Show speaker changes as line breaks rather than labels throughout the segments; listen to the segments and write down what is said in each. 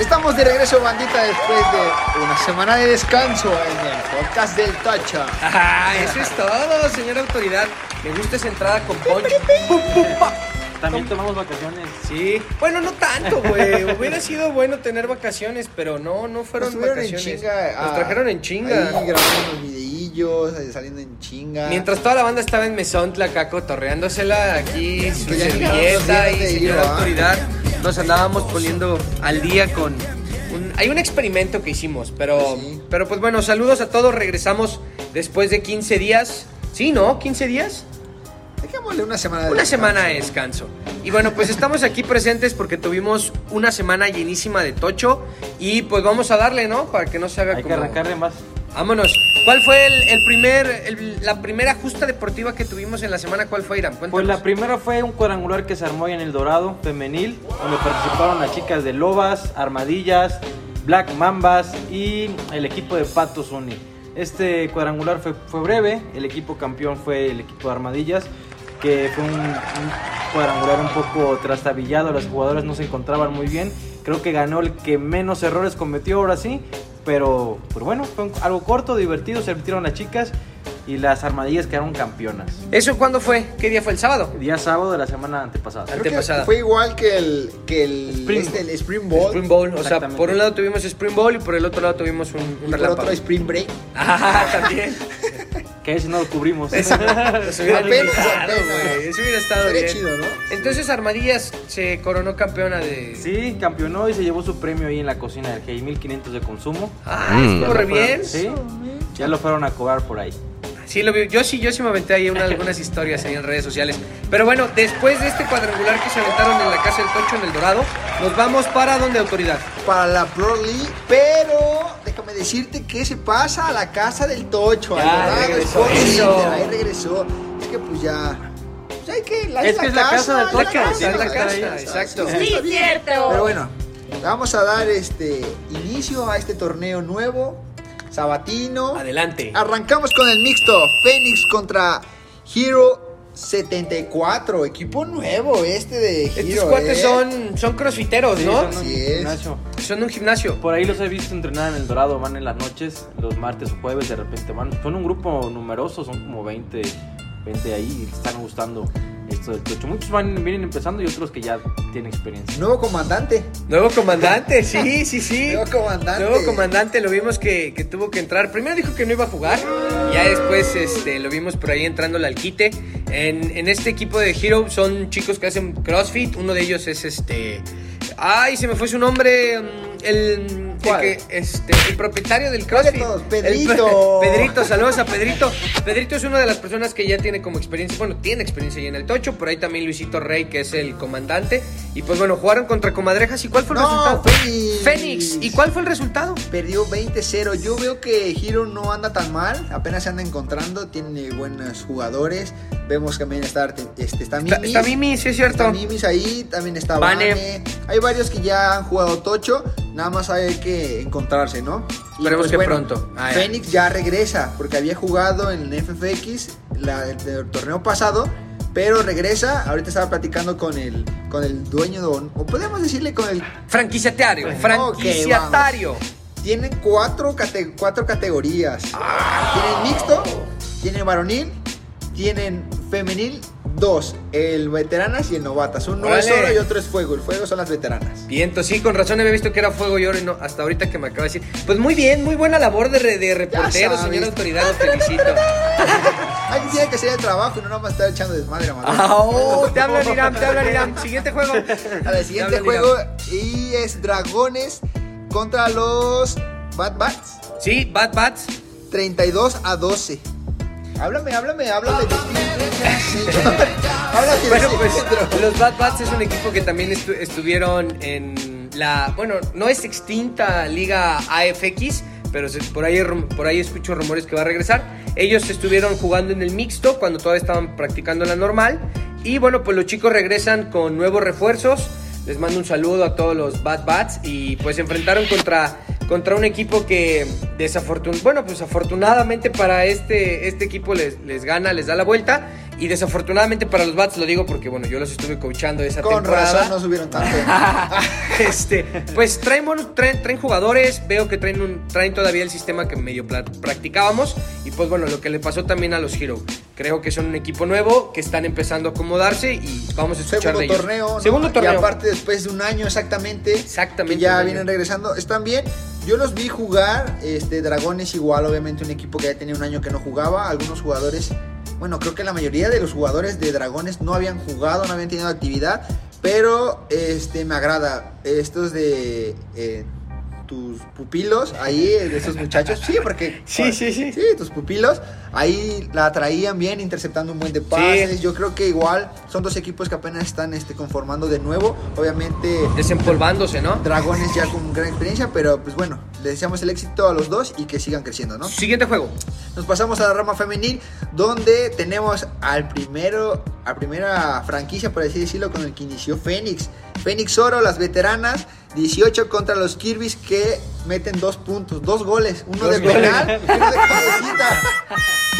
Estamos de regreso, bandita, después de una semana de descanso en el podcast del Tacha.
Ah, eso es todo, señora autoridad. Me gusta esa entrada con poncho. Pum, pum, pa.
También tomamos vacaciones.
Sí. Bueno, no tanto, güey. Hubiera sido bueno tener vacaciones, pero no, no fueron
Nos subieron en
vacaciones.
chinga
Nos
a-
trajeron en
Ah, Ahí
chinga.
grabando unos videillos, ahí saliendo en chinga.
Mientras toda la banda estaba en Mesontla, acá cotorreándosela, aquí su
Que ya
servilleta
llegaron los días
y
de
señora
ir, ¿va?
autoridad, nos andábamos poniendo al día con... un- hay un experimento que hicimos, pero,
Sí.
pero pues bueno, saludos a todos, regresamos después de 15 días. Sí, ¿no? ¿15 días?
Dejémosle una semana de
Una
descanso.
semana eh, de descanso. Y bueno, pues estamos aquí presentes porque tuvimos una semana llenísima de tocho y pues vamos a darle, ¿no? Para que no se haga
Hay que
como...
arrancarle más.
Vámonos. ¿Cuál fue el, el primer, el- la primera justa deportiva que tuvimos en la semana? ¿Cuál fue, Irán?
Pues
Cuéntanos.
la primera fue un cuadrangular que se armó en El Dorado femenil, donde participaron las chicas de Lobas, Armadillas, Black Mambas y el equipo de Patos Uni. Este cuadrangular fue, fue breve, el equipo campeón fue el equipo de Armadillas, que fue un, un cuadrangular un poco trastabillado, las jugadoras no se encontraban muy bien, creo que ganó el que menos errores cometió ahora sí, pero, pero bueno, fue un- algo corto, divertido, se metieron las chicas y las Armadillas quedaron campeonas.
¿Eso cuándo fue? ¿Qué día fue? ¿El sábado?
Día sábado de la semana antepasada.
Creo que
Antepasada.
Fue igual que el, que el,
Spring.
este, el Spring Ball.
Spring Bowl. O sea,
Exactamente.
por un lado tuvimos Spring Bowl y por el otro lado tuvimos un, un
Y por
relámpago.
otro Spring Break.
Ah, también.
Que ese no lo cubrimos.
Eso hubiera
Apenas,
invitado,
apenas.
güey. Eso hubiera estado
Sería
bien.
chido, ¿no?
Entonces Armadillas se coronó campeona de...
sí, campeonó y se llevó su premio ahí en la cocina del GI, 1500 de consumo.
Ah,
Ya
corre
lo fueron-
bien.
Sí, ya lo fueron a cobrar por ahí.
Sí, lo vi. Yo sí, yo sí me aventé ahí una- algunas historias ahí en redes sociales. Pero bueno, después de este cuadrangular que se aventaron en la Casa del Tocho en El Dorado, nos vamos para donde autoridad.
Para la Pro League, pero déjame decirte que se pasa a la casa del Tocho.
Ya
al Dorado
regresó.
Sports
Eso.
Center, Ahí regresó. Es que pues ya. pues hay que,
Es que es la casa del Tocho,
casa,
es la casa,
exacto.
está
Sí,
bien.
cierto.
Pero bueno, vamos a dar este inicio a este torneo nuevo. Sabatino.
Adelante.
Arrancamos con el mixto. Fénix contra Hero 74. Equipo nuevo este de Hero.
Estos cuates
¿eh?
son, son crossfiteros,
Sí,
Pues ¿no?
son un
Así es.
gimnasio.
Son un gimnasio.
Por ahí los he visto entrenar en El Dorado, van en las noches, los martes o jueves, de repente van. Son un grupo numeroso, son como 20, 20 ahí y están gustando esto del tocho. Muchos van, vienen empezando y otros que ya tienen experiencia.
Nuevo comandante.
Nuevo comandante, sí, sí, sí.
Nuevo comandante.
Nuevo comandante, lo vimos que, que tuvo que entrar. Primero dijo que no iba a jugar, ya después este, lo vimos por ahí entrándole al quite. En, en este equipo de Hero son chicos que hacen CrossFit, uno de ellos es este... Ay, se me fue su nombre, mm, el... el
¿Cuál?
que, este, el propietario del CrossFit.
todos,
El pe-
Pedrito.
Pedrito, saludos a Pedrito. Pedrito es una de las personas que ya tiene como experiencia, bueno, tiene experiencia ahí en el Tocho, por ahí también Luisito Rey, que es el comandante. Y pues bueno, jugaron contra Comadrejas. ¿Y cuál fue el
No,
resultado?
Fénix.
Fénix. ¿Y cuál fue el resultado?
Perdió 20-0. Yo veo que Hero no anda tan mal. Apenas se anda encontrando. Tiene buenos jugadores. Vemos que también está, Arte- este, está Mimis.
Está, está Mimi, sí es
Está
cierto.
Mimis ahí. También está
Vane.
Vane. Hay varios que ya han jugado Tocho. Nada más hay que encontrarse, ¿no? Y pues
Esperemos que pronto. Ah, ya.
Fénix ya regresa. Porque había jugado en el FFX la- el, el torneo pasado. Pero regresa. Ahorita estaba platicando con el, con el dueño. de- o podemos decirle con el
Franquiciatario. Franquiciatario.
tiene cuatro, cate- cuatro categorías.
Ah.
Tienen mixto, tienen varonil, tienen femenil, dos. El veteranas y el novatas. Uno es
Órale.
oro y otro es fuego. El fuego son las veteranas.
Bien, entonces sí, con razón había visto que era fuego y oro y no, hasta ahorita que me acaba de decir. Pues muy bien, muy buena labor de, re- de reportero,
sabes.
señora autoridad, lo felicito.
Alguien tiene que hacer el trabajo y no nomás estar echando desmadre, madre.
Ah, oh, te hablan Irán, te hablan Irán. Siguiente juego.
A ver,
Te
siguiente
hablan,
juego
Irán.
y es dragones contra los Bad Bats.
Sí, Bad Bats.
32 a 12. Háblame, háblame, háblame. de ti. Háblate de
Bueno,
ti, Pedro.
pues los Bad Bats es un equipo que también estu- estuvieron en la, bueno, no es extinta liga AFX, pero se- por ahí rum- por ahí escucho rumores que va a regresar. Ellos estuvieron jugando en el mixto cuando todavía estaban practicando la normal y bueno, pues los chicos regresan con nuevos refuerzos. Les mando un saludo a todos los Bad Bats y pues se enfrentaron contra contra un equipo que desafortun bueno pues afortunadamente para este este equipo les, les gana les da la vuelta Y desafortunadamente para los Bats, lo digo porque, bueno, yo los estuve coachando esa
Con
temporada.
razón no subieron tanto.
este, pues traen, buenos- traen, traen jugadores, veo que traen, un- traen todavía el sistema que medio pla- practicábamos y pues bueno, lo que le pasó también a los Hero. Creo que son un equipo nuevo, que están empezando a acomodarse y vamos a escuchar
Segundo
de ellos.
torneo. ¿no?
Segundo torneo.
Y aparte, después de un año exactamente.
Exactamente,
que ya
un año.
vienen regresando. Están bien. Yo los vi jugar. Este, Dragones, igual, obviamente, un equipo que ya tenía un año que no jugaba. Algunos jugadores. Bueno, creo que la mayoría de los jugadores de Dragones no habían jugado, no habían tenido actividad. Pero este, me agrada. Estos de. eh, tus pupilos ahí, de esos muchachos. Sí, porque.
Sí, sí, sí.
Sí, tus pupilos. Ahí la traían bien, interceptando un buen de pases. Yo creo que igual son dos equipos que apenas están este, conformando de nuevo. Obviamente,
Desempolvándose, ¿no?
Dragones ya con gran experiencia, pero pues bueno, les deseamos el éxito a los dos y que sigan creciendo, ¿no?
Siguiente juego.
Nos pasamos a la rama femenil, donde tenemos al primero, a primera franquicia, por así decirlo, con el que inició Fénix. Fénix Oro, las veteranas, 18 contra los Kirby's que meten dos puntos, dos goles, uno
Dos
de penal y uno de cabecita.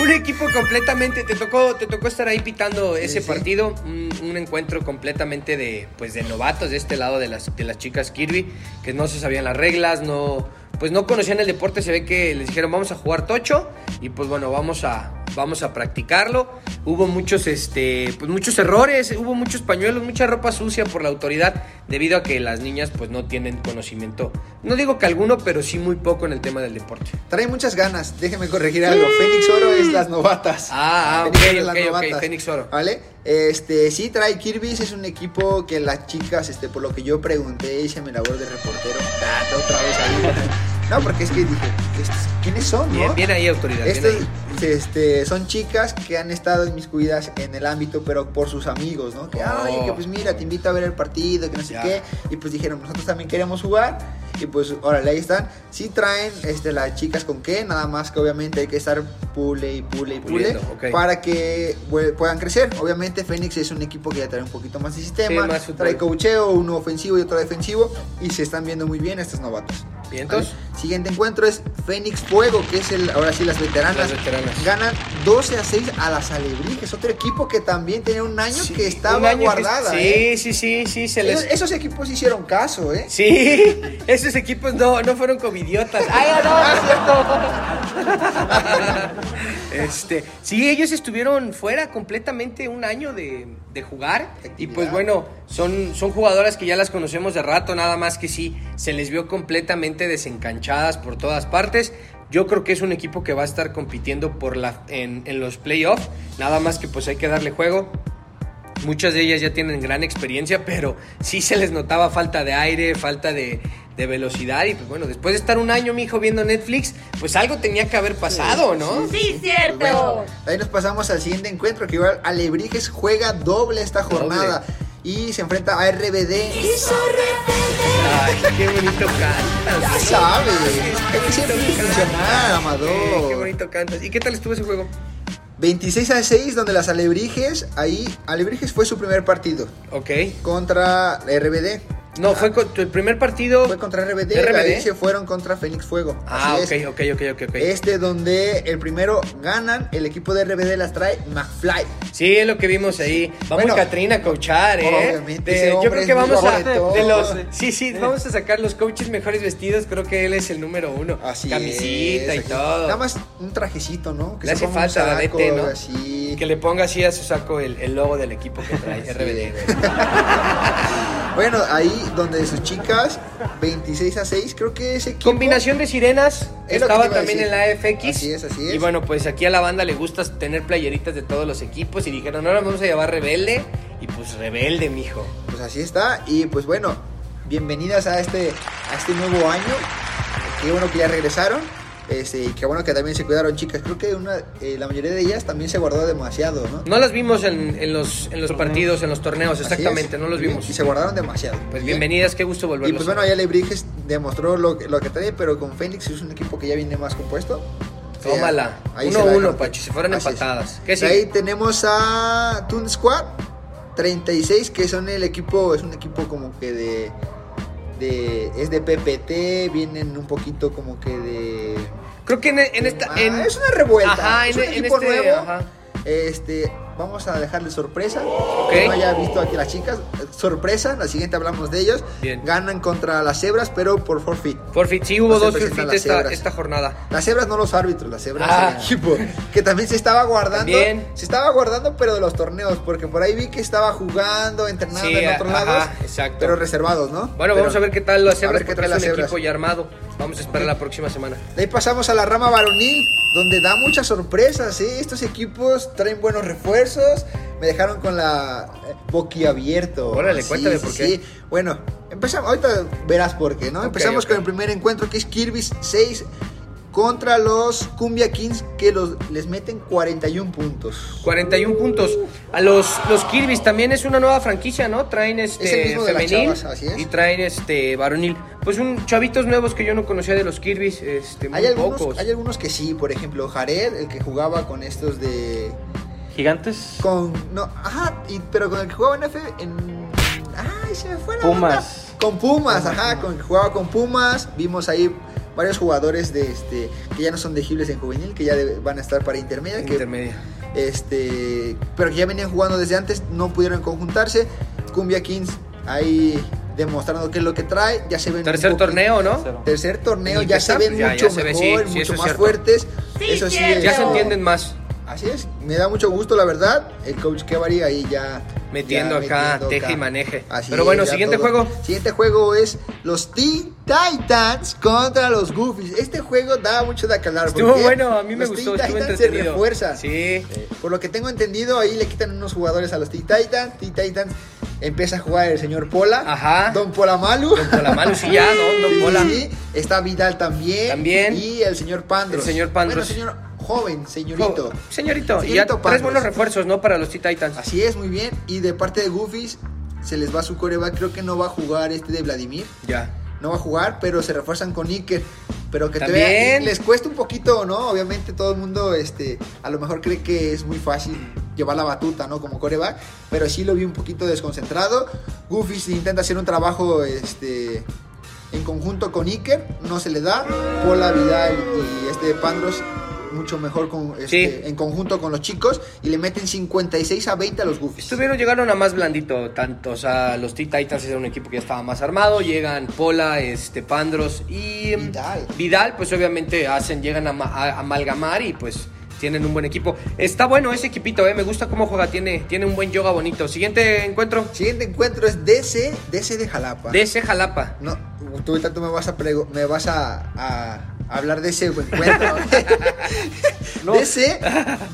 Un equipo completamente, te tocó, te tocó estar ahí pitando ese
sí.
partido, un, un encuentro completamente de, pues, de novatos de este lado de las, de las chicas Kirby, que no se sabían las reglas, no, pues no conocían el deporte, se ve que les dijeron vamos a jugar tocho y pues bueno, vamos a, vamos a practicarlo. Hubo muchos, este, pues muchos errores, hubo muchos pañuelos, mucha ropa sucia por la autoridad, debido a que las niñas pues no tienen conocimiento, no digo que alguno, pero sí muy poco en el tema del deporte.
Trae muchas ganas, déjeme corregir algo. Fénix Oro es las novatas.
Ah,
Fénix
ah, ok,
Oro es las
ok, ok,
novatas,
Fénix Oro.
¿Vale? Este, sí, trae Kirby's, es un equipo que las chicas, este, por lo que yo pregunté, hice mi labor de reportero. Ah, otra vez ahí. No, porque es que dije, ¿estos ¿quiénes son, no?
Bien, bien ahí autoridad. bien
Estas,
ahí.
este, son chicas que han estado inmiscuidas en el ámbito, pero por sus amigos, ¿no? Que,
Oh.
ay, que pues mira, te invito a ver el partido, que no sé
Ya.
qué. Y pues dijeron, nosotros también queremos jugar. Y pues, órale, ahí están. Sí traen este, las chicas con qué, nada más que obviamente hay que estar pule y pule y pule
Puliendo, ok.
para que vue- puedan crecer. Obviamente, Fénix es un equipo que ya trae un poquito más de sistema,
Sí, más fútbol.
trae cocheo, uno ofensivo y otro defensivo. Y se están viendo muy bien estos novatos.
Bien, entonces.
Vale. Siguiente encuentro es Fénix Fuego, que es el, ahora sí, las veteranas.
Las veteranas.
Ganan 12 a 6 a las Alebrijes, otro equipo que también tenía un año
Sí,
que
un
estaba
año que-
guardada.
sí,
¿eh?
sí, sí, sí, se
Esos,
les...
esos equipos hicieron caso, ¿eh?
Sí, esos equipos no, no fueron como idiotas. ¡Ay, no, no es cierto! Este, sí, ellos estuvieron fuera completamente un año de, de jugar. Y pues
Actividad.
bueno, son, son jugadoras que ya las conocemos de rato, nada más que sí, se les vio completamente desencanchadas por todas partes. Yo creo que es un equipo que va a estar compitiendo por la, en, en los playoffs, nada más que pues hay que darle juego. Muchas de ellas ya tienen gran experiencia, pero sí se les notaba falta de aire, falta de, de velocidad. Y pues bueno, después de estar un año, mijo, viendo Netflix, pues algo tenía que haber pasado, ¿no?
Sí,
Pues bueno,
cierto.
de ahí nos pasamos al siguiente encuentro, que igual Alebrijes juega doble esta
Doble.
jornada y se enfrenta a RBD.
Ay, qué bonito cantas.
Ya sabes, hay que ser profesional, Amador.
Eh, qué bonito cantas. ¿Y qué tal estuvo ese juego?
26 a 6, donde las Alebrijes, ahí, Alebrijes fue su primer partido
Ok.
contra la RBD.
No, fue con- el primer partido.
Fue contra RBD,
RBD.
ahí se fueron contra Fénix Fuego.
Ah,
Así
ok,
es.
ok, ok, ok, ok.
Este donde el primero ganan, el equipo de RBD las trae McFly.
Sí, es lo que vimos ahí. Va
Bueno,
muy Catrina a coachar, ¿eh?
obviamente,
De-
ese
yo
hombre
creo
es
que
mi
vamos a.
favorito.
de los, sí, sí, vamos a sacar los coaches mejores vestidos. Creo que él es el número uno.
Así
Camisita
es,
y
aquí.
todo.
Nada más un trajecito, ¿no?
Le
se
hace
ponga un
falta la
saco,
DT, ¿no?
Así.
Que le ponga así a su saco el, el logo del equipo que trae
Así
RBD.
Bueno, ahí donde sus chicas, 26 a 6, creo que ese equipo.
Combinación de sirenas.
Es lo que
estaba
te iba a
también
decir.
en la AFX.
Así es, así es.
Y bueno, pues aquí a la banda le gusta tener playeritas de todos los equipos. Y dijeron, ahora vamos a llevar Rebelde. Y pues Rebelde, mijo.
Pues así está. Y pues bueno, bienvenidas a este, a este nuevo año. Qué bueno que ya regresaron. Este, y qué bueno que también se cuidaron, chicas. Creo que una, eh, la mayoría de ellas también se guardó demasiado, ¿no?
No las vimos en, en los, en los
Torneos.
partidos, en los torneos,
Así
exactamente.
es.
No los
Bien,
vimos.
Y se guardaron demasiado.
Pues
Bien.
bienvenidas, qué gusto
Y
volverlos.
pues bueno, ya Lebrijes demostró lo, que- lo que trae, pero con Fénix es un equipo que ya viene más compuesto.
Tómala.
se
Uno a
la
uno,
dejaron.
Pachi, se fueron
Así es.
empatadas. ¿Qué
De
sigue?
Ahí tenemos a Toon Squad 36, que son el equipo, es un equipo como que de, de es de PPT, vienen un poquito como que de...
Creo que en, en esta.
Ah,
en-
es una revuelta.
Ajá,
es
en-
un
en
equipo
este,
nuevo.
ajá.
Este, Vamos a dejarle sorpresa.
Ok.
Que no haya visto aquí las chicas. eh, Sorpresa, la siguiente hablamos de ellos.
Bien.
Ganan contra las cebras, pero por forfeit.
Forfeit, sí hubo
No se
dos
presentan
forfeit
las
esta,
cebras.
esta jornada.
Las cebras no los árbitros, las cebras
Ah.
el equipo. Que también se estaba guardando.
También.
Se estaba guardando, pero de los torneos. Porque por ahí vi que estaba jugando, entrenando
Sí,
en otros
ajá,
lados.
exacto.
Pero reservados, ¿no?
Bueno,
Pero-
vamos a ver qué tal las
a
cebras
ver qué
porque
tal
es un
las cebras.
equipo ya armado. Vamos a esperar la próxima semana.
De ahí pasamos a la rama varonil, donde da muchas sorpresas, ¿eh? Estos equipos traen buenos refuerzos. Me dejaron con la eh, boquiabierto.
Órale,
Sí,
cuéntame
sí,
por qué.
sí. Bueno, empezamos, ahorita verás por qué, ¿no?
Ok,
empezamos
ok.
con el primer encuentro que es Kirby 6 contra los Cumbia Kings que los, les meten 41 puntos.
41 puntos. A los, los Kirby's también es una nueva franquicia, ¿no? Traen
Es el
este
mismo de las
femenil
chavas, así es.
y traen este varonil. Pues un chavitos nuevos que yo no conocía de los Kirby's, este muy
Hay algunos,
pocos.
hay algunos que sí, por ejemplo, Jared, el que jugaba con estos de
Gigantes.
Con. No, ajá, y- pero con el que jugaba en F. En, ay, se me fue la
Pumas.
onda. Con Pumas, ajá, con el que jugaba con Pumas. Vimos ahí varios jugadores de este que ya no son elegibles en juvenil, que ya de- van a estar para intermedia. Que,
Intermedia.
Este, pero que ya venían jugando desde antes, no pudieron conjuntarse. Cumbia Kings ahí demostrando qué es lo que trae. Ya se ven. un
Tercer
poquito-
torneo, ¿no?
Tercero.
Tercer torneo,
¿En el
ya
que
se
están?
ven
Ya- ya
mucho
se ve, sí,
mejor,
sí,
mucho
eso es
más
cierto.
fuertes. eso sí,
Ya se
eso-
entienden más.
Así es, me da mucho gusto, la verdad. El coach Kevari ahí ya.
Metiendo
ya
acá,
metiendo
teje
acá.
y maneje.
Así
Pero
es,
bueno,
ya
siguiente
todo.
juego.
Siguiente juego es los Teen Titans contra los Goofies. Este juego da mucho de aclarar.
Estuvo
porque
bueno, a mí me
los
gustó,
Teen
estuvo
Titans
entretenido.
Se refuerza.
Sí.
Por lo que tengo entendido, ahí le quitan unos jugadores a los Teen Titans. Teen Titans empieza a jugar el señor Pola.
Ajá.
Don Pola Malu.
Con la mano sí ya, don, don
Sí,
Bola.
sí. Está Vidal también.
También.
Y el señor Pandros.
El señor Pandros.
Bueno, señor joven, señorito.
Oh, señorito, y ya
Señorito
tres
Pandros.
buenos refuerzos, ¿no? Para los Teen Titans.
Pues Así es, muy bien. Y de parte de Goofies, se les va su coreback. Creo que no va a jugar este de Vladimir.
Ya.
No va a jugar, pero se refuerzan con Iker. Pero que
También.
todavía les cuesta un poquito, ¿no? Obviamente todo el mundo este, a lo mejor cree que es muy fácil llevar la batuta, ¿no? Como coreback. Pero sí lo vi un poquito desconcentrado. Goofies intenta hacer un trabajo este, en conjunto con Iker. No se le da. Pola Vidal y este Pandros mucho mejor con, este,
Sí.
en conjunto con los chicos. Y le meten 56 a 20 a los Goofies.
Estuvieron, llegaron a más blandito, tanto, o sea, los Teen Titans era un equipo que ya estaba más armado, llegan Pola, este, Pandros y mm,
Vidal.
Vidal, pues obviamente hacen, llegan a, ma- a- a amalgamar y pues tienen un buen equipo. Está bueno ese equipito, eh, me gusta cómo juega, tiene, tiene un buen yoga bonito. Siguiente encuentro,
Siguiente encuentro es DC, DC de Jalapa.
DC Jalapa.
No, tú ahorita tú me vas a prego- me vas a, a hablar de ese encuentro.
No.
DC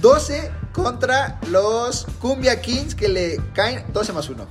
12 contra los Cumbia Kings que le caen 12 más 1.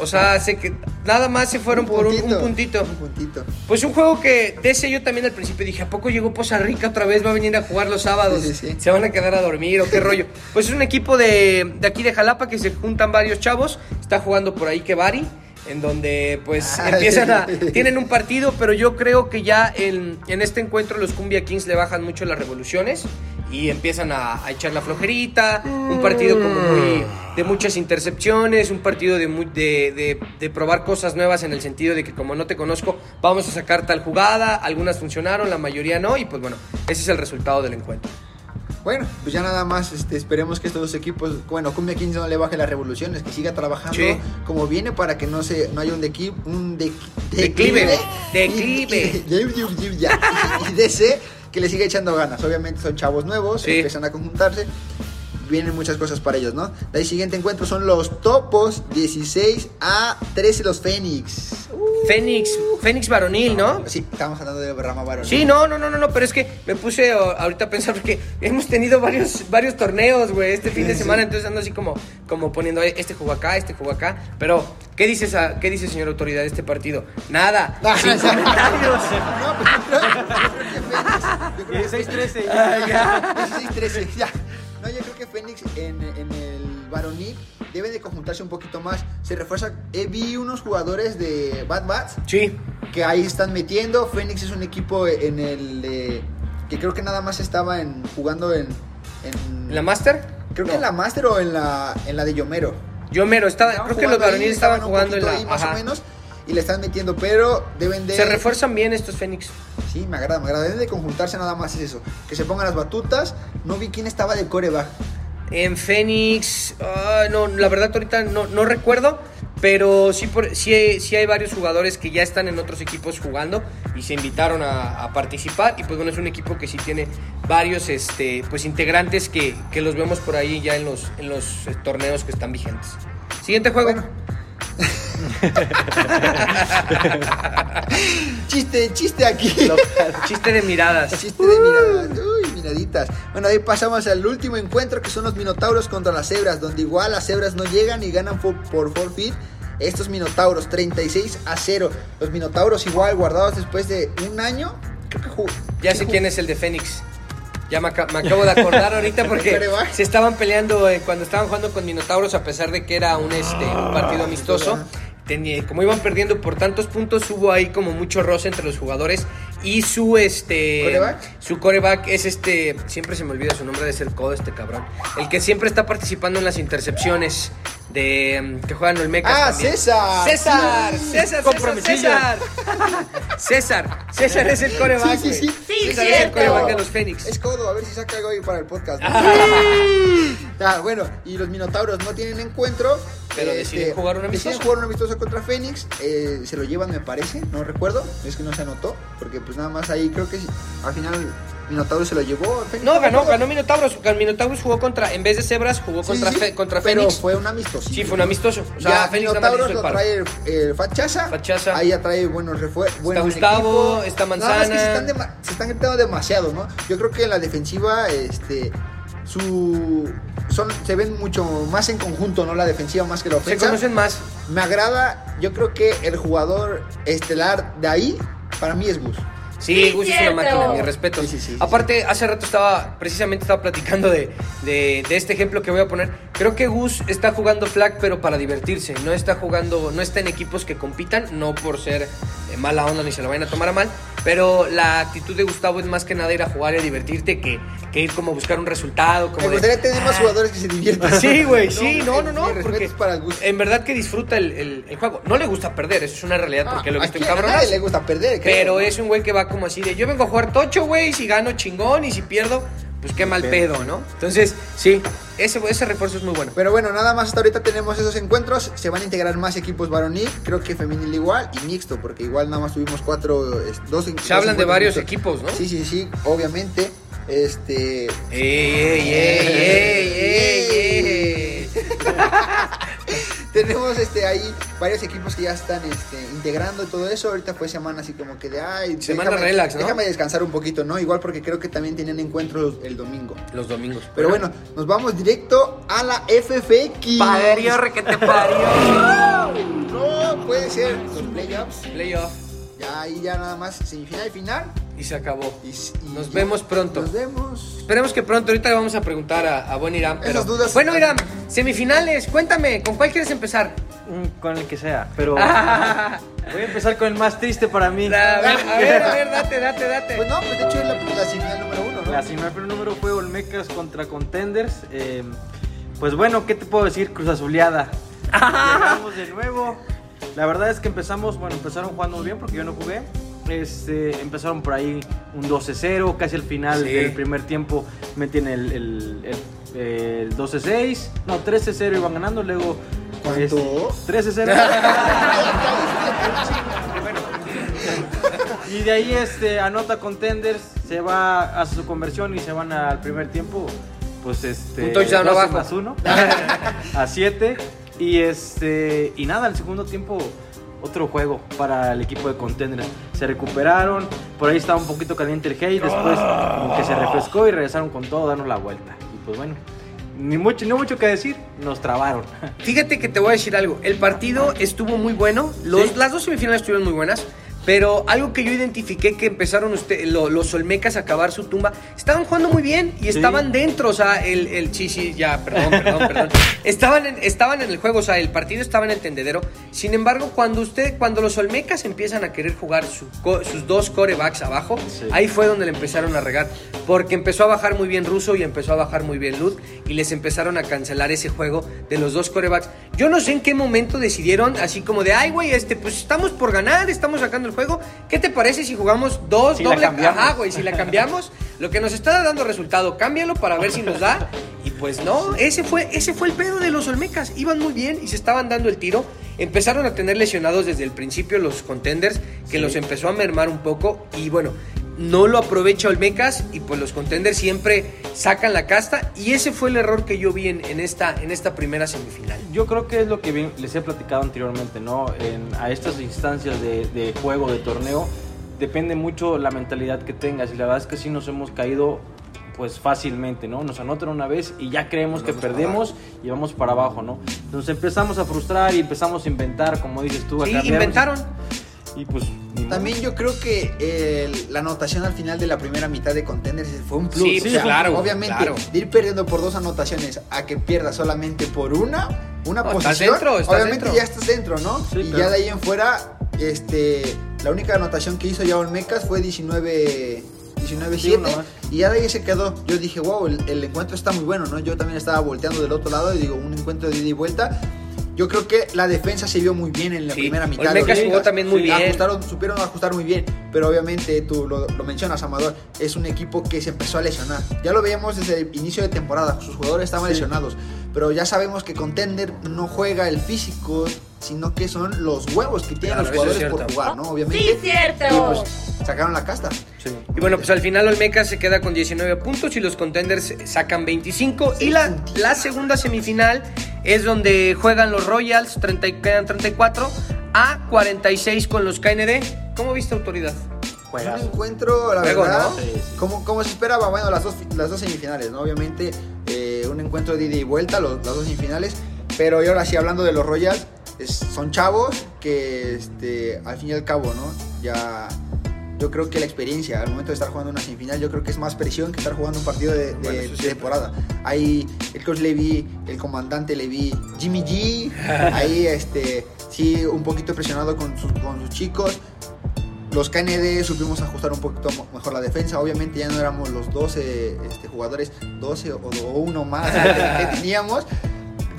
O sea, se que, nada más se fueron por un- un puntito.
Un puntito.
Pues un juego que DC yo también al principio dije, ¿a poco llegó Poza Rica otra vez? ¿Va a venir a jugar los sábados?
Sí, sí, sí.
¿Se van a quedar a dormir o qué rollo? Pues es un equipo de, de aquí de Jalapa que se juntan varios chavos. Está jugando por ahí Kevari, en donde pues
Ay.
empiezan a... Tienen un partido, pero yo creo que ya en, en este encuentro los Cumbia Kings le bajan mucho las revoluciones y empiezan a, a echar la flojerita. Un partido como muy de muchas intercepciones, un partido de, muy- de, de- de probar cosas nuevas en el sentido de que como no te conozco, vamos a sacar tal jugada, algunas funcionaron, la mayoría no, y pues bueno, ese es el resultado del encuentro.
Bueno, pues ya nada más este, esperemos que estos dos equipos, bueno, Cumbia Kings no le baje las revoluciones, que siga trabajando
Sí.
como viene para que no se no haya un, dequi- un de-
Declive,
Y-
declive.
y- y- y- y- ya. Y DC que le siga echando ganas. Obviamente son chavos nuevos,
Sí.
empiezan a conjuntarse. Vienen muchas cosas para ellos, ¿no? De ahí siguiente encuentro son los topos 16 a 13 los Fénix.
Fénix, Fénix varonil, ¿no?
Sí, estamos hablando de Rama Barón.
Sí, no, no, no, no, no, pero es que me puse o- ahorita a pensar porque hemos tenido varios, varios torneos, güey, este fin de semana, entonces ando así como, como poniendo, "Ay, este jugó acá, este jugó acá, pero, ¿qué dices, a- qué dice señor autoridad de este partido? Nada,
No,
sin
no,
comentarios.
Ah, No, pues, yo creo- yo creo que Fénix, yo creo que
16-13.
Ah, ya.
16-13, ya. No, yo creo que Fénix en, en el varonil debe de conjuntarse un poquito más. Se refuerza. Eh, vi unos jugadores de Bad Bats
Sí,
que ahí están metiendo. Fénix es un equipo en el eh, que creo que nada más estaba en, jugando en, en-
¿la Master?
Creo
No.
que en la Master o en la, en la de Yomero.
Yo mero, estaba,
Estaban
creo que los
jugando ahí,
varoniles estaban
un
jugando en
poquito
la...
ahí más
ajá.
o menos. Y le están metiendo, pero deben de.
Se refuerzan bien estos Fénix.
Sí, me agrada, me agrada. Deben de conjuntarse nada más es eso. Que se pongan las batutas. No vi quién estaba de coreback.
en Fénix, ah, no, la verdad ahorita no, no recuerdo, pero sí, por, sí, hay- sí hay varios jugadores que ya están en otros equipos jugando y se invitaron a, a participar y pues bueno, es un equipo que sí tiene varios este, pues, integrantes que, que los vemos por ahí ya en los, en los eh, torneos que están vigentes. Siguiente juego.
Chiste, chiste aquí.
Chiste de miradas.
Chiste de miradas. Uy, miraditas. Bueno, ahí pasamos al último encuentro que son los minotauros contra las cebras, donde igual las cebras no llegan y ganan fo- por forfeit. Estos minotauros, 36 a 0. Los minotauros igual guardados después de un año. Creo que jugó.
Ya sé quién es el de Fénix. Ya me, aca- me acabo de acordar ahorita porque
Coreback.
se estaban peleando eh, cuando estaban jugando con Minotauros a pesar de que era un este un partido amistoso. tenía- como iban perdiendo por tantos puntos, hubo ahí como mucho roce entre los jugadores y su este
¿Coreback?
su coreback es este siempre se me olvida su nombre de ser codo este cabrón. El que siempre está participando en las intercepciones de mm, que juegan Olmecas
Ah,
también.
César.
César, César, César,
Compromisillo.
César. César, César es el coreback.
Sí, sí, sí.
güey. César es el coreback de los Fénix.
Es codo, a ver si saca algo ahí para el podcast. ¿no? Ah, bueno, y los Minotauros no tienen encuentro. eh,
Pero deciden jugar un amistoso.
Deciden jugar un amistoso contra Fénix. eh, se lo llevan, me parece. No recuerdo. Es que no se anotó. Porque pues nada más ahí creo que sí, al final Minotauros se lo llevó. Fénix
No, ganó, ganó Minotauros. Gan- Minotauros jugó contra, en vez de Zebras, jugó
Sí,
contra,
sí,
Fe- contra
pero
Fénix.
fue un amistoso.
Sí, fue un amistoso. O sea,
ya,
Fénix nada más
Minotauros
hizo el
lo
paro.
trae el Fachaza.
Fachaza.
Ahí ya trae buenos refuerzos.
Gustavo, está Manzana.
se están, dema- se están gritando demasiado, ¿no? Yo creo que en la defensiva, este. Su. Son, se ven mucho más en conjunto, ¿no? La defensiva más que la
Se
ofensiva.
conocen más.
Me agrada, yo creo que el jugador estelar de ahí, para mí es Gus.
Sí, Gus es una
cierto.
máquina, mi respeto.
Sí, sí, sí, sí,
Aparte, hace rato estaba, precisamente estaba platicando de, de- de este ejemplo que voy a poner. Creo que Gus está jugando flag, pero para divertirse. No está jugando, no está en equipos que compitan, no por ser eh, mala onda ni se lo vayan a tomar a mal. Pero la actitud de Gustavo es más que nada ir a jugar y a divertirte que, que ir como a buscar un resultado. Como
Me
de,
gustaría tener más
"Ah,
jugadores que se diviertan.
Sí, güey, sí, no, no,
mi-
no.
mi respeto
porque Eh,
es para el Gus.
En verdad que disfruta el, el- el juego. No le gusta perder, eso es una realidad porque lo
Ah,
he visto en
aquí a
cabronazo.
nadie le gusta perder, creo,
Pero
¿no?
es un güey que va como así de yo vengo a jugar tocho, güey, si gano chingón y si pierdo, pues qué mal
Pero-
pedo, ¿no? Entonces, sí, ese, ese refuerzo es muy bueno.
Pero bueno, nada más hasta ahorita tenemos esos encuentros. Se van a integrar más equipos varonil, creo que femenil igual y mixto, porque igual nada más tuvimos cuatro, es- dos en- dos
Se hablan de
encuentros
varios
mixtos.
equipos, ¿no?
Sí, sí, sí, obviamente. Este.
Ey, ey, ey, ey, ey, ey.
Tenemos este ahí varios equipos que ya están este, integrando y todo eso. Ahorita fue semana así como que de ay,
Semana relax, ¿no?
Déjame descansar un poquito, ¿no? Igual porque creo que también tienen encuentros el domingo.
Los domingos.
Pero bueno, nos vamos directo a la FFX.
Padre, requete parió.
No puede ser. Los playoffs.
Playoff.
Ya ahí ya nada más semifinal y final.
Y se acabó.
Y- y-
Nos vemos pronto.
Nos vemos.
Esperemos que pronto, ahorita le vamos a preguntar a, a buen Irán. Pero...
Esas dudas-
Bueno, Irán, semifinales, cuéntame, ¿con cuál quieres empezar?
Mm, Con el que sea, pero
Ah,
voy a empezar con el más triste para mí.
a, ver, a ver, a ver, date, date, date.
Pues no, pues de hecho es la, la semifinal número uno, ¿no?
La primer número fue Olmecas contra Contenders. eh, pues bueno, ¿qué te puedo decir? Cruz Azuleada. Llegamos de nuevo. La verdad es que empezamos, bueno, empezaron jugando muy bien porque yo no jugué. Este, empezaron por ahí un 12-0, casi al final
Sí.
del primer tiempo meten el, el- el- el 12-6, no, 13-0 iban ganando, luego...
¿Cuánto?
este, 13-0. Y de ahí este, anota Contenders, se va a su conversión y se van al primer tiempo. Pues este.
Un touchdown
doce
abajo.
más uno. a 7. Y este. Y nada, el segundo tiempo. Otro juego para el equipo de contenders. Se recuperaron. Por ahí estaba un poquito caliente el hate. Después como que se refrescó y regresaron con todo, darnos la vuelta. Y pues bueno. Ni mucho, no mucho que decir. Nos trabaron.
Fíjate que te voy a decir algo. El partido estuvo muy bueno. Los,
Sí.
Las dos semifinales estuvieron muy buenas. Pero algo que yo identifiqué que empezaron usted- lo- los Olmecas a acabar su tumba. Estaban jugando muy bien y
Sí.
estaban dentro. O sea, el, el sí, sí, ya, perdón, perdón, perdón. Estaban en, estaban en el juego, o sea, el partido estaba en el tendedero. Sin embargo, cuando usted, cuando los Olmecas empiezan a querer jugar su co- sus dos corebacks abajo,
Sí.
ahí fue donde le empezaron a regar. Porque empezó a bajar muy bien Russo y empezó a bajar muy bien Luz. Y les empezaron a cancelar ese juego de los dos corebacks. Yo no sé en qué momento decidieron, así como de, ay, güey, este, pues estamos por ganar, estamos sacando el juego. ¿Qué te parece si jugamos dos
Si la
doble?
cambiamos".
Ajá, güey, si la cambiamos. Lo que nos está dando resultado, cámbialo para ver si nos da. Y pues no, ese fue, ese fue el pedo de los Olmecas. Iban muy bien y se estaban dando el tiro. Empezaron a tener lesionados desde el principio los contenders, que los empezó a mermar un poco. Y bueno, no lo aprovecha Olmecas y pues los contenders siempre sacan la casta. Y ese fue el error que yo vi en, en esta, en esta primera semifinal.
Yo creo que es lo que bien- les he platicado anteriormente, ¿no? En- a estas instancias de, de juego, de torneo, depende mucho la mentalidad que tengas. Y la verdad es que sí nos hemos caído pues fácilmente, ¿no? Nos anotan una vez y ya creemos que perdemos y vamos para abajo, ¿no? Entonces empezamos a frustrar y empezamos a inventar, como dices tú, a
Sí,
cambiar.
inventaron.
Y pues... ni modo.
También yo creo que el- la anotación al final de la primera mitad de Contenders fue un plus.
Sí, pues, claro,
Obviamente,
claro.
de ir perdiendo por dos anotaciones a que pierdas solamente por una, una
No, estás
posición.
dentro, estás
obviamente
dentro.
ya estás dentro, ¿no?
Sí,
y
claro.
ya de ahí en fuera, este, la única anotación que hizo ya Olmecas fue 19... 19-7
Sí, una más.
y ya de ahí se quedó. Yo dije, wow, el, el encuentro está muy bueno, ¿no? Yo también estaba volteando del otro lado y digo, un encuentro de ida y vuelta. Yo creo que la defensa se vio muy bien en la
Sí,
primera mitad.
Olmecas jugó también muy
Sí,
bien.
ajustaron, supieron ajustar muy bien, pero obviamente tú lo, lo mencionas, Amador, es un equipo que se empezó a lesionar. Ya lo veíamos desde el inicio de temporada, sus jugadores estaban lesionados, pero ya sabemos que Contender no juega el físico, sino que son los huevos que tienen
Claro,
los
eso es
jugadores por
cierto.
jugar, Ah, ¿no?
Sí,
Obviamente. y
cierto.
pues sacaron la casta.
Sí.
Y bueno, pues al final Olmecas se queda con 19 puntos y los contenders sacan 25. Y la, la segunda semifinal es donde juegan los Royals, 30, y- quedan 34 a 46 con los KND. ¿Cómo viste autoridad?
Es un encuentro, la
Juego,
verdad,
¿no?
Sí, sí.
Como, como se esperaba, bueno, las dos, las dos semifinales, ¿no? Obviamente, eh, un encuentro de ida y vuelta, los- las dos semifinales, pero yo ahora sí, hablando de los Royals, es- son chavos que, este, al fin y al cabo, ¿no? Ya, yo creo que la experiencia, al momento de estar jugando una semifinal, yo creo que es más presión que estar jugando un partido de, de-
Bueno, eso
de
sí.
temporada. Ahí el coach Levy, el comandante Levy, Jimmy G, ahí, este, sí, un poquito presionado con sus- con sus chicos, los KND supimos ajustar un poquito mo- mejor la defensa. Obviamente ya no éramos los 12 este, jugadores, 12 o, o uno más que, que teníamos.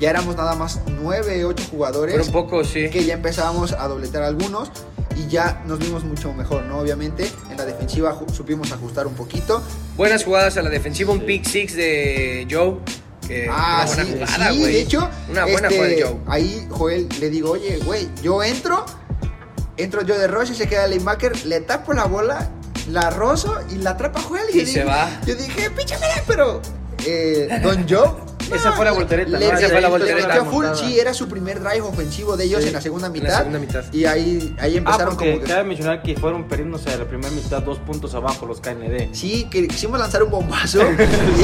Ya éramos nada más 9, 8
Pero
jugadores
un poco, sí.
que ya empezábamos a dobletar algunos y ya nos vimos mucho mejor, ¿no? Obviamente en la defensiva ju- supimos ajustar un poquito.
Buenas jugadas a la defensiva, un
Sí.
pick six de Joe. Que
ah,
una buena
sí,
jugada,
sí,
güey.
de hecho,
Una buena
este,
jugada de Joe.
ahí Joel le digo, oye, güey, yo entro, entro yo de Roche, se queda el linebacker, le tapo la bola, la rozo y la atrapa Joel. yo
Y se
dije-
va.
Yo dije, pinche mala", pero eh, Don Joe.
Esa fue la voltereta, ¿no?
le-
Esa fue la
le-
voltereta.
le metió full,
Montada.
sí, era su primer drive ofensivo de ellos
Sí,
en la segunda
en la
mitad.
segunda mitad.
Y ahí, ahí
Ah,
empezaron
porque
como que.
cabe mencionar que fueron perdiéndose a la primera mitad dos puntos abajo los KND.
Sí, que quisimos lanzar un bombazo y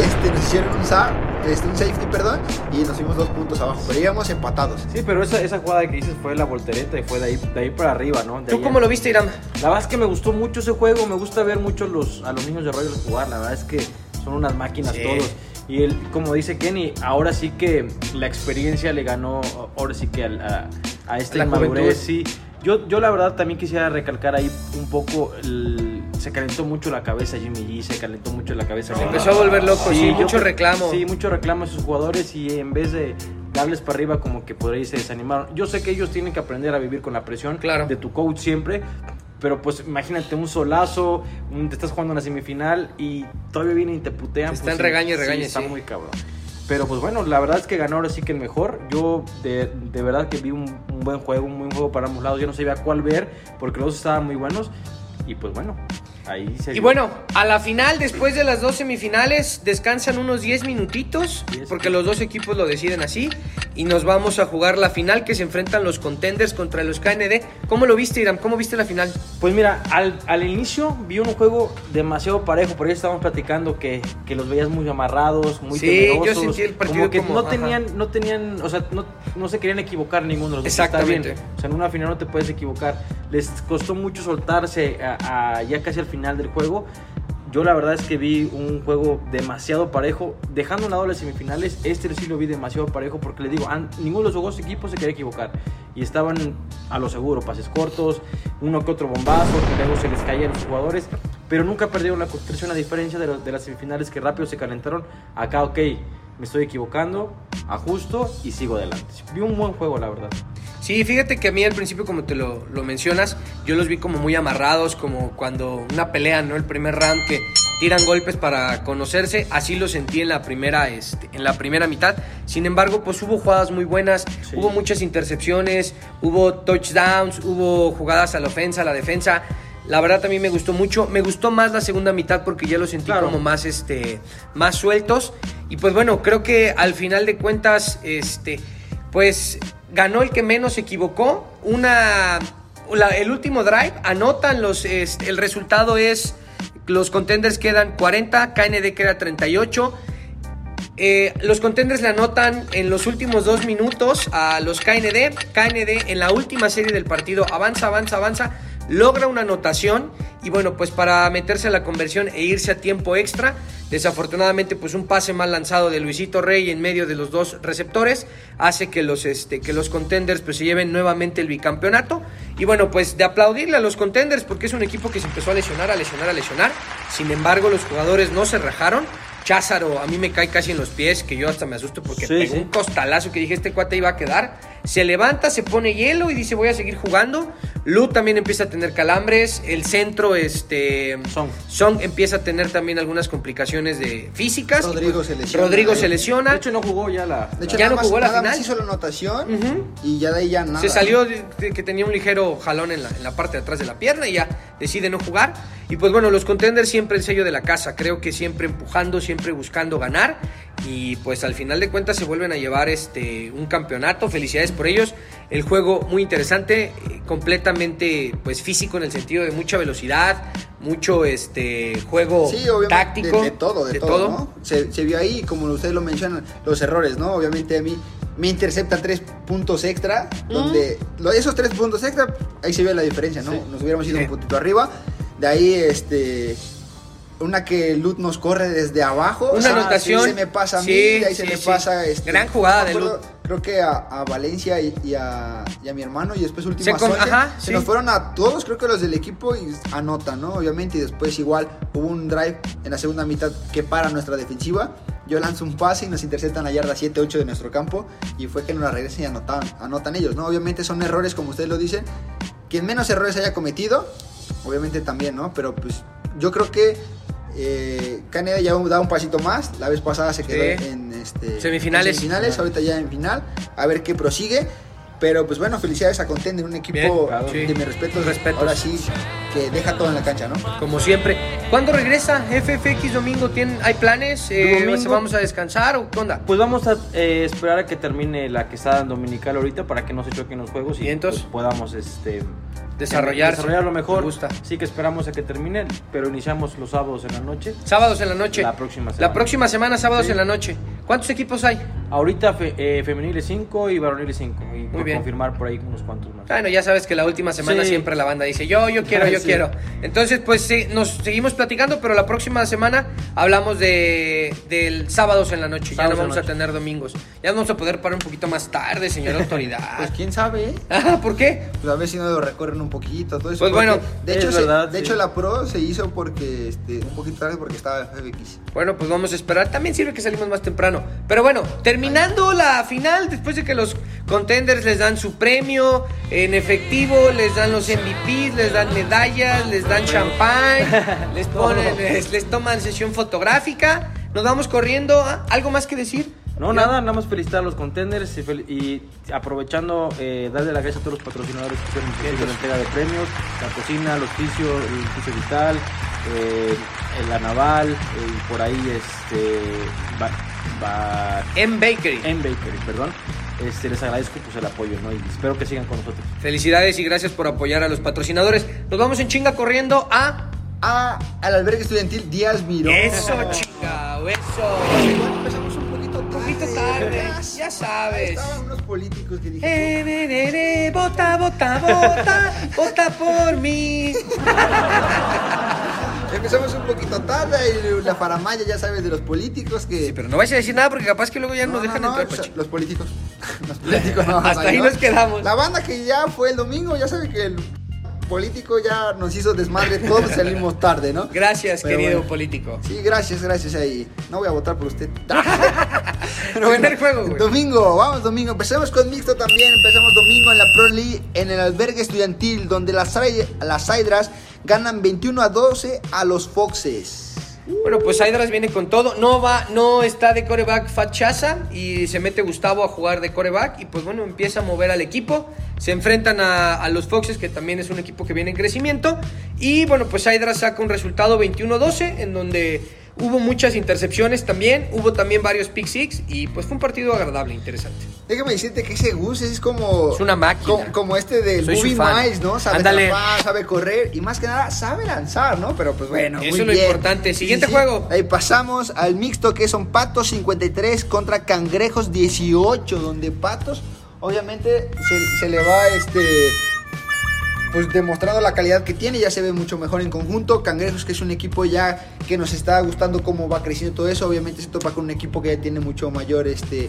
este, nos hicieron un, sa- este, un safety, perdón, y nos fuimos dos puntos abajo, pero íbamos empatados.
Sí, pero esa, esa jugada que dices fue la voltereta y fue de ahí, de ahí para arriba, ¿no? De
¿Tú
ahí
cómo
en-
lo viste, Irán?
La verdad es que me gustó mucho ese juego, me gusta ver mucho los, a los niños de Royals jugar, la verdad es que son unas máquinas
Sí.
todos. Y él, como dice Kenny, ahora sí que la experiencia le ganó, ahora sí que al- a, a esta
La
inmadurez.
juventud.
Sí, yo, yo la verdad también quisiera recalcar ahí un poco, el- se calentó mucho la cabeza Jimmy G, se calentó mucho la cabeza.
Se
Kenny.
empezó a volver loco, sí,
yo
mucho
creo-
reclamo.
Sí, mucho reclamo a sus jugadores y en vez de darles para arriba como que por ahí se desanimaron. Yo sé que ellos tienen que aprender a vivir con la presión
Claro.
de tu coach siempre, pero pues imagínate un solazo, un- te estás jugando en la semifinal y todavía vienen y te putean.
Te
pues,
están
sí,
regañe y regañe,
Está
sí.
muy cabrón. Pero pues bueno, la verdad es que ganó ahora sí que el mejor. Yo de, de verdad que vi un, un buen juego, un buen juego para ambos lados. Yo no sabía cuál ver porque los dos estaban muy buenos y pues bueno, ahí se
Y
vio.
bueno, a la final, después de las dos semifinales, descansan unos 10 minutitos,
Diez.
porque los dos equipos lo deciden así, y nos vamos a jugar la final que se enfrentan los contenders contra los KND. ¿Cómo lo viste, Iram? ¿Cómo viste la final?
Pues mira, al, al inicio vi un juego demasiado parejo, por ahí estábamos platicando que, que los veías muy amarrados, muy
Sí,
temerosos.
yo sentí el partido
como que
como-
no
ajá.
tenían, no tenían, o sea, no, no se querían equivocar ninguno de los dos.
Exactamente.
Está bien. O sea, en una final no te puedes equivocar. Les costó mucho soltarse a- a- ya casi al final del juego. Yo la verdad es que vi un juego demasiado parejo, dejando a un lado las semifinales, este sí lo vi demasiado parejo porque les digo, an- ninguno de los dos equipos se quería equivocar y estaban a lo seguro, pases cortos, uno que otro bombazo, que luego se les caían los jugadores, pero nunca perdieron la concentración a diferencia de, lo- de las semifinales que rápido se calentaron. Acá, ok, me estoy equivocando, ajusto y sigo adelante. Vi un buen juego, la verdad.
Sí, fíjate que a mí al principio, como te lo, lo mencionas, yo los vi como muy amarrados, como cuando una pelea, ¿no? El primer round que tiran golpes para conocerse, así lo sentí en la primera, este, en la primera mitad. Sin embargo, pues hubo jugadas muy buenas,
Sí.
hubo muchas intercepciones, hubo touchdowns, hubo jugadas a la ofensa, a la defensa. La verdad también me gustó mucho. Me gustó más la segunda mitad porque ya lo sentí
Claro.
como más, este, más sueltos. Y pues bueno, creo que al final de cuentas, este, pues ganó el que menos se equivocó. Una, la- el último drive, anotan los, este, el resultado es, los contenders quedan 40, KND queda 38. Eh, los contenders le anotan en los últimos dos minutos a los KND. KND en la última serie del partido avanza, avanza, avanza, logra una anotación y bueno, pues para meterse a la conversión e irse a tiempo extra, desafortunadamente pues un pase mal lanzado de Luisito Rey en medio de los dos receptores hace que los, este, que los contenders pues se lleven nuevamente el bicampeonato y bueno, pues de aplaudirle a los contenders porque es un equipo que se empezó a lesionar, a lesionar, a lesionar. Sin embargo, los jugadores no se rajaron. Cházaro, a mí me cae casi en los pies, que yo hasta me asusto porque
Sí,
pegó
sí.
un costalazo que dije, este cuate iba a quedar. Se levanta, se pone hielo y dice, voy a seguir jugando. Lu también empieza a tener calambres. El centro, este...
Song.
empieza a tener también algunas complicaciones de físicas.
Rodrigo se lesiona.
Rodrigo se lesiona.
De hecho, no jugó ya la.
De hecho,
Ya
nada
no
más-
jugó la
nada más
final.
hizo la anotación
Ujú.
y ya de ahí ya nada.
Se salió de- de que tenía un ligero jalón en la, en la parte de atrás de la pierna y ya decide no jugar. Y pues bueno, los contenders siempre el sello de la casa. Creo que siempre empujando, siempre buscando ganar. Y pues al final de cuentas se vuelven a llevar este, un campeonato. Felicidades por ellos. El juego muy interesante, eh, completamente pues físico en el sentido de mucha velocidad, mucho este juego
Sí, obviamente.
táctico.
De, de todo, de, todo, ¿no? Se, se vio ahí, como ustedes lo mencionan, los errores, ¿no? Obviamente a mí me interceptan tres puntos extra,
Mm.
donde lo- esos tres puntos extra, ahí se vio la diferencia, ¿no?
Sí.
Nos hubiéramos ido
Sí.
un puntito arriba. De ahí, este. Una que Lut nos corre desde abajo.
Una
o sea,
anotación.
sí Se me pasa a mí,
Sí,
de ahí se
sí,
me
sí.
pasa. Este,
Gran jugada
me
de Lut.
acuerdo, Creo que a, a Valencia y, y a, y a mi hermano, y después última
Se con-
Sonia,
ajá,
se
sí.
nos fueron a todos, creo que los del equipo, y anotan, ¿no? Obviamente, y después igual hubo un drive en la segunda mitad que para nuestra defensiva. Yo lanzo un pase y nos interceptan la yarda 7-8 de nuestro campo, y fue que nos la regresan y anotan, anotan ellos, ¿no? Obviamente son errores, como ustedes lo dicen. Quien menos errores haya cometido, obviamente también, ¿no? Pero pues yo creo que eh, Caneda ya da un pasito más. La vez pasada se quedó
Sí.
en este,
Semifinales.
en semifinales, ahorita ya en final, a ver qué prosigue. Pero pues bueno, felicidades a Contender, un equipo
Bien,
claro.
de
Sí.
mis respetos,
Respetos.
ahora sí, que deja todo en la cancha, ¿no?
Como siempre. ¿Cuándo regresa FFX domingo? ¿Tienen, ¿Hay planes? Eh,
Domingo.
¿Vamos a descansar o qué onda?
Pues vamos a eh, esperar a que termine la quesada dominical ahorita para que no se choquen los juegos y
¿Y entonces?
pues, podamos este,
Desarrollarse.
desarrollarlo mejor.
Me gusta.
Sí que esperamos a que termine, pero iniciamos los sábados en la noche.
Sábados en la noche.
La próxima semana.
La próxima semana, sábados
Sí.
en la noche. ¿Cuántos equipos hay?
Ahorita fe- eh, femeniles 5 y varoniles 5. Y voy a
bien.
confirmar por ahí unos cuantos más.
Bueno, ya sabes que la última semana
Sí.
siempre la banda dice yo, yo quiero, yo
Sí.
quiero. Entonces, pues sí, nos seguimos platicando, pero la próxima semana hablamos de del sábados en la noche. ya no
Sábados en
vamos
la
a
noche.
tener domingos. Ya nos vamos a poder parar un poquito más tarde, señor autoridad.
Pues quién sabe, ¿eh?
ah, ¿por qué?
pues a ver si no lo recorren un poquito, todo eso.
Pues
porque,
bueno,
de,
es
hecho, se-
verdad,
de
sí.
hecho la pro se hizo porque este, un poquito tarde porque estaba FX.
Bueno, pues vamos a esperar. También sirve que salimos más temprano. Pero bueno, terminando la final, después de que los contenders les dan su premio en efectivo, les dan los MVPs, les dan medallas, les dan champán, les ponen, les, les toman sesión fotográfica. Nos vamos corriendo. ¿Ah? ¿Algo más que decir?
No, nada, nada más felicitar a los contenders y, fel- y aprovechando, eh, darle las gracias a todos los patrocinadores que hicieron posible la entrega de premios, la cocina, el oficio, el oficio vital, eh, la naval, eh, y por ahí este... Ba, Ba-
En Bakery.
en Bakery, perdón. Este, les agradezco pues, el apoyo, ¿no? Y espero que sigan con nosotros.
Felicidades y gracias por apoyar a los patrocinadores. Nos vamos en chinga corriendo a.
Ah, al albergue estudiantil Díaz Mirón.
Eso, chica, eso.
Igual empezamos un poquito tarde.
poquito tarde, ya sabes.
Estaban unos políticos que dijeron...
Eh, re, re, re, vota, vota, vota, vota por mí.
Empezamos un poquito tarde y la faramaya, ya sabes, de los políticos que...
Sí, pero no vais a decir nada porque capaz que luego ya
No,
nos
no,
dejan
no,
entrar,
o sea,
Pachi.
Los políticos. Los políticos no.
Hasta ahí nos quedamos.
La banda que ya fue el domingo, ya sabe que el político ya nos hizo desmadre, todos salimos tarde, ¿no?
Gracias,
Pero
querido
bueno.
político.
Sí, gracias, gracias ahí. No voy a votar por usted.
Primer juego, güey.
Domingo, vamos domingo. Empezamos con mixto también. Empezamos domingo en la Pro League, en el albergue estudiantil, donde las, Hydra- las Hydras ganan 21 a 12 a los Foxes.
Bueno, pues Aydras viene con todo. No va, no está de coreback Fachaza y se mete Gustavo a jugar de coreback. Y pues bueno, empieza a mover al equipo. Se enfrentan a, a los Foxes, que también es un equipo que viene en crecimiento. Y bueno, pues Aydras saca un resultado 21-12, en donde hubo muchas intercepciones también. Hubo también varios pick six. Y pues fue un partido agradable, interesante.
Déjame decirte que ese Gus es como.
Es una máquina.
co- Como, este del
Soy su
Moving
fan.
Miles, ¿no? Sabe
Ándale.
atrapar, sabe correr y más que nada sabe lanzar, ¿no? Pero pues bueno.
Eso
muy
es lo
bien.
importante. Siguiente juego.
Ahí pasamos al mixto que son Patos 53 contra Cangrejos 18, donde Patos obviamente se, se le va este. Pues demostrando la calidad que tiene, ya se ve mucho mejor en conjunto. Cangrejos, que es un equipo ya que nos está gustando cómo va creciendo todo eso. Obviamente se topa con un equipo que ya tiene mucho mayor este,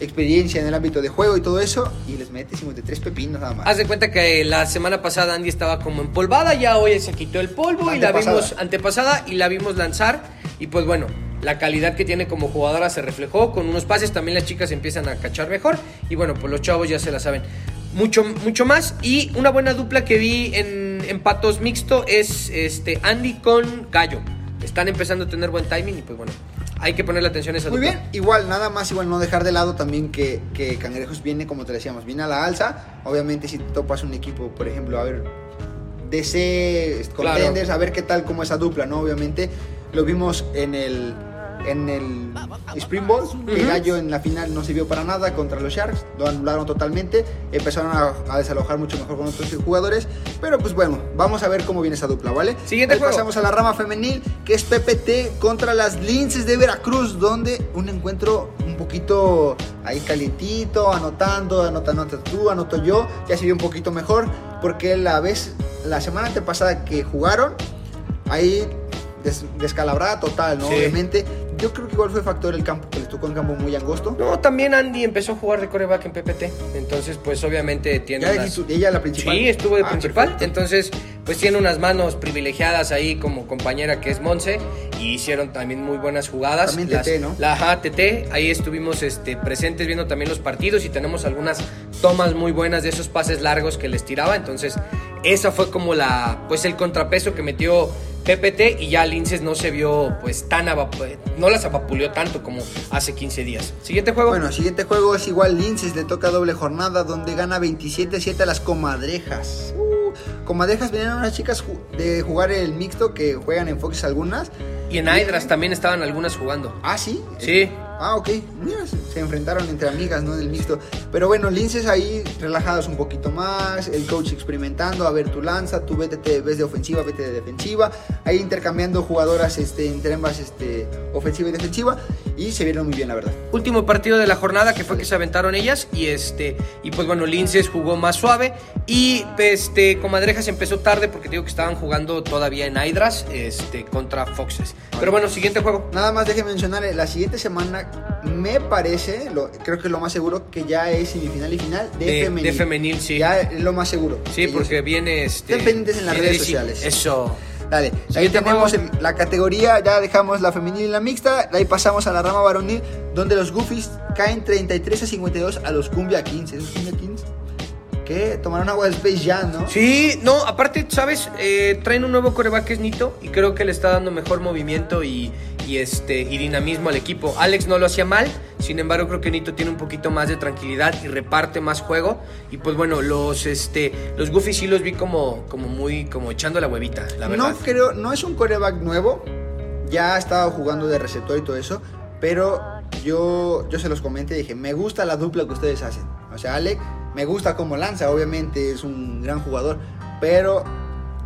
experiencia en el ámbito de juego y todo eso. Y les mete 53 pepinos nada más.
Haz de cuenta que la semana pasada Andy estaba como empolvada, ya hoy se quitó el polvo y la
Antepasada.
vimos antepasada y la vimos lanzar y pues bueno, la calidad que tiene como jugadora se reflejó con unos pases, también las chicas empiezan a cachar mejor y bueno, pues los chavos ya se la saben. Mucho, mucho más y una buena dupla que vi en, en Patos Mixto es este Andy con Gallo. Están empezando a tener buen timing y pues bueno, hay que ponerle atención a esa
Muy
dupla.
bien, igual, nada más, igual no dejar de lado también que, que Cangrejos viene, como te decíamos, viene a la alza. Obviamente, si topas un equipo, por ejemplo, a ver, DC, Contenders, a ver qué tal, cómo esa dupla, ¿no? Obviamente, lo vimos en el, en el Spring Bowl, que
Ujú.
Gallo en la final no sirvió para nada contra los Sharks, lo anularon totalmente, empezaron a, a desalojar mucho mejor con otros jugadores, pero pues bueno, vamos a ver cómo viene esa dupla, ¿vale?
Siguiente
Ahí
juego.
pasamos a la rama femenil, que es PPT contra las Linces de Veracruz, donde un encuentro un poquito ahí calientito, anotando, anota, anota tú, anoto yo, ya se vio un poquito mejor, porque la vez, la semana antepasada que jugaron, ahí des- descalabrada total, ¿no?
Sí.
Obviamente, yo creo que igual fue factor el campo, que les tocó un campo muy angosto.
No, también Andy empezó a jugar de coreback en PPT. Entonces, pues obviamente tiene
Ya
unas-
dijiste, ella la principal.
Sí, estuvo de
Ah,
principal.
perfecto.
Entonces, pues tiene unas manos privilegiadas ahí como compañera que es Monse. Y hicieron también muy buenas jugadas.
También
Las-
TT, ¿no?
La ajá, TT. Ahí estuvimos este, presentes viendo también los partidos y tenemos algunas tomas muy buenas de esos pases largos que les tiraba. Entonces, esa fue como la, pues el contrapeso que metió PPT y ya Linces no se vio pues tan avap- no las apapuleó tanto como hace 15 días. Siguiente juego.
Bueno, siguiente juego es igual Linces, le toca doble jornada donde gana 27-7 a las comadrejas. Uh, comadrejas vienen unas chicas ju- de jugar el mixto que juegan en Fox algunas.
y en Hydras también estaban algunas jugando.
Ah, sí.
Sí.
Ah, ok. Mira, se se enfrentaron entre amigas, ¿no? En el mixto. Pero bueno, Linces ahí relajados un poquito más, el coach experimentando, a ver tu lanza, tú vete te ves de ofensiva, vete de defensiva, ahí intercambiando jugadoras este, entre ambas este, ofensiva y defensiva y se vieron muy bien, la verdad.
último partido de la jornada que fue que se aventaron ellas y este y pues bueno Linces jugó más suave y este Comadrejas empezó tarde porque te digo que estaban jugando todavía en Hydras este contra Foxes pero bueno siguiente juego
Nada más deje mencionar, eh, la siguiente semana me parece, lo, creo que es lo más seguro, que ya es semifinal y final de,
de,
femenil.
de femenil sí
Ya es lo más seguro.
sí
Que yo
porque
sé.
viene este
Estén pendientes en las
viene
redes
sí,
sociales.
eso
Dale, ahí
Siguiente
tenemos
juego.
el- la categoría, ya dejamos la femenil y la mixta, de ahí pasamos a la rama varonil, donde los Goofies caen 33 a 52 a los Cumbia 15. ¿Esos Cumbia 15? Que tomaron agua de Space Jam, ¿no?
Sí, no, aparte, ¿sabes? Eh, traen un nuevo coreback que es Nito y creo que le está dando mejor movimiento y, y, este, y dinamismo al equipo. Alex no lo hacía mal, sin embargo creo que Nito tiene un poquito más de tranquilidad y reparte más juego. Y pues bueno, los, este, los Goofy sí los vi como, como muy, como echando la huevita, la verdad.
No creo, no es un coreback nuevo. Ya ha estado jugando de receptor y todo eso. Pero yo, yo se los comenté y dije, me gusta la dupla que ustedes hacen. O sea, Alec, me gusta cómo lanza, obviamente es un gran jugador. Pero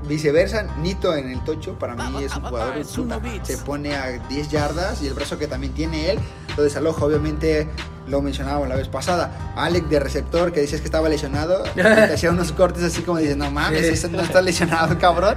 viceversa, Nito en el tocho para mí es un jugador puta, se pone a 10 yardas y el brazo que también tiene él lo desaloja, obviamente lo mencionábamos la vez pasada, Alec de receptor que decías que estaba lesionado, y te hacía unos cortes así como diciendo, no mames, ese no está lesionado, cabrón.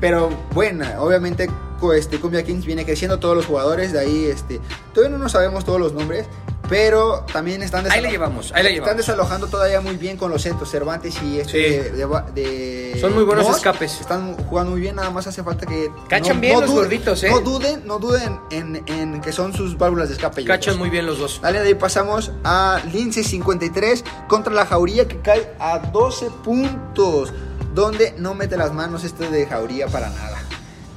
Pero bueno, obviamente co- este, Cumbia Kings viene creciendo todos los jugadores, de ahí este, todavía no nos sabemos todos los nombres, pero también están
Ahí la
desalo-
llevamos, ahí la
Están
llevamos.
desalojando todavía muy bien con los centros, Cervantes y este de-
Sí.
de- de-
Son muy buenos
Moss.
escapes.
Están jugando muy bien, nada más hace falta que...
Cachan bien los gorditos, ¿eh?
No duden, no duden en, en que son sus válvulas de escape. ellos
Cachan
dos.
muy bien los dos.
Dale, de ahí pasamos a Lince 53 contra la Jauría que cae a 12 puntos. Donde no mete las manos este de Jauría para nada.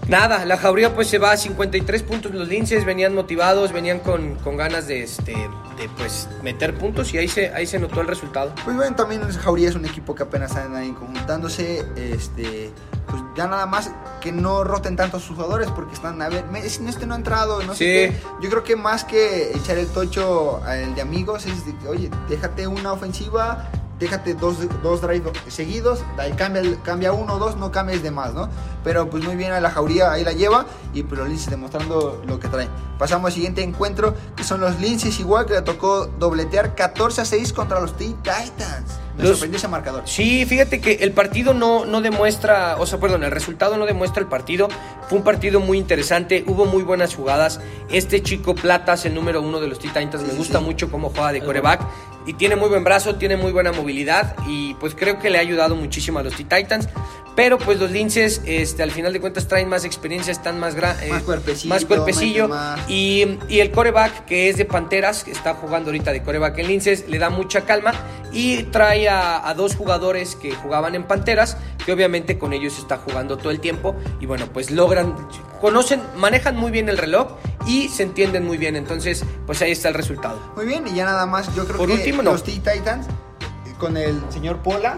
Nada, la jauría pues se va a 53 puntos los linces, venían motivados, venían con, con ganas de, este, de pues meter puntos y ahí se, ahí se notó el resultado.
Pues bueno, también Jauría es un equipo que apenas están ahí conjuntándose. Este, pues ya nada más que no roten tanto a sus jugadores porque están, a ver, me- es- este no ha entrado, no
Sí.
sé qué. Yo creo que más que echar el tocho al de amigos es, de que, oye, déjate una ofensiva, déjate dos, dos drives seguidos, ahí cambia, el- cambia uno o dos, no cambies de más, ¿no? Pero pues muy bien a la jauría, ahí la lleva y pues los linces demostrando lo que traen. Pasamos al siguiente encuentro, que son los linces igual que le tocó dobletear 14 a 6 contra los Teen Titans. Me
Los-
sorprendió ese marcador.
Sí, fíjate que el partido no, no demuestra, o sea, perdón, el resultado no demuestra el partido. Fue un partido muy interesante, hubo muy buenas jugadas. Este chico Platas, el número uno de los Titans, me
sí,
gusta
sí.
mucho cómo juega de coreback. Y tiene muy buen brazo, tiene muy buena movilidad y pues creo que le ha ayudado muchísimo a los Titans. Pero pues los Linces, este, al final de cuentas, traen más experiencia, están más grandes.
Más cuerpecillo,
eh, Más cuerpecillo.
meten más.
Y, y el coreback, que es de Panteras, que está jugando ahorita de coreback en Linces, le da mucha calma y trae a, a dos jugadores que jugaban en Panteras, que obviamente con ellos está jugando todo el tiempo. Y bueno, pues logran, conocen, manejan muy bien el reloj y se entienden muy bien. Entonces, pues ahí está el resultado.
Muy bien, y ya nada más, yo creo
Por
que
último, no.
los Teen Titans eh, con el señor Pola.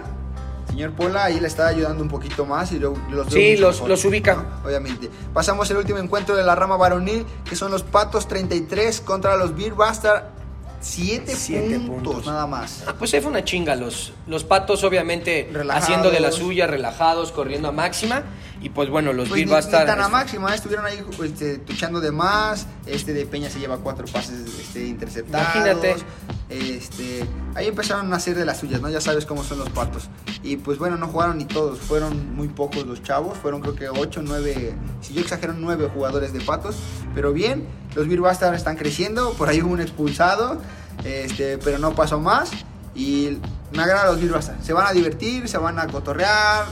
Señor Pola ahí le está ayudando un poquito más y lo- los veo
Sí,
mucho
los-
mejor,
los ubica.
¿no? Obviamente. Pasamos al último encuentro de la rama varonil, que son los Patos 33 contra los Beer Bastard. 7
Siete
puntos,
puntos.
nada más.
Ah, Pues ahí fue una chinga. Los, los patos, obviamente,
Relajados.
haciendo de la suya, relajados, corriendo a máxima. Y pues bueno, los
Pues
Bill
ni,
va a
ni
estar.
tan a máxima, eh, estuvieron ahí este, tuchando de más. Este de Peña se lleva cuatro pases este, interceptados.
Imagínate.
Este, ahí empezaron a hacer de las suyas, ¿no? Ya sabes cómo son los patos. Y pues bueno, no jugaron ni todos, fueron muy pocos los chavos, fueron creo que 8, 9, si yo exagero, 9 jugadores de patos. Pero bien, los Beer Bastards están creciendo, por ahí hubo un expulsado, este, pero no pasó más. Y me agradan los Beer Bastards, se van a divertir, se van a cotorrear,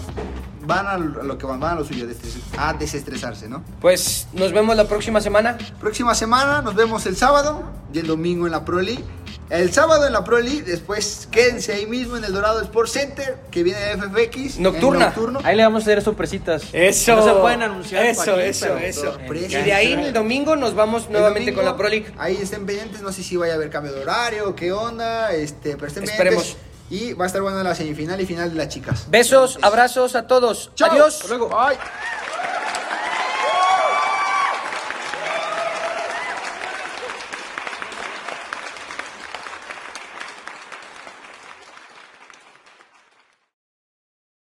van a lo que van, van a lo suyo, desestres- a desestresarse, ¿no?
Pues nos vemos la próxima semana.
Próxima semana nos vemos el sábado y el domingo en la Pro League. El sábado en la Pro League, después quédense ahí mismo en el Dorado Sports Center, que viene de FFX. en
Nocturna.
nocturno.
Ahí le vamos a hacer sorpresitas.
Eso.
No se pueden anunciar. por
Eso,
aquí,
eso,
pero-
eso. Y
sorpresa.
de ahí el domingo nos vamos
El
nuevamente con
domingo,
la Pro League.
Ahí estén pendientes, no sé si vaya a haber cambio de horario, qué onda, este, pero estén
Esperemos.
pendientes. Y va a estar bueno la semifinal y final de las chicas.
Besos,
Entonces,
abrazos a todos.
chao,
Adiós.
hasta luego. Bye.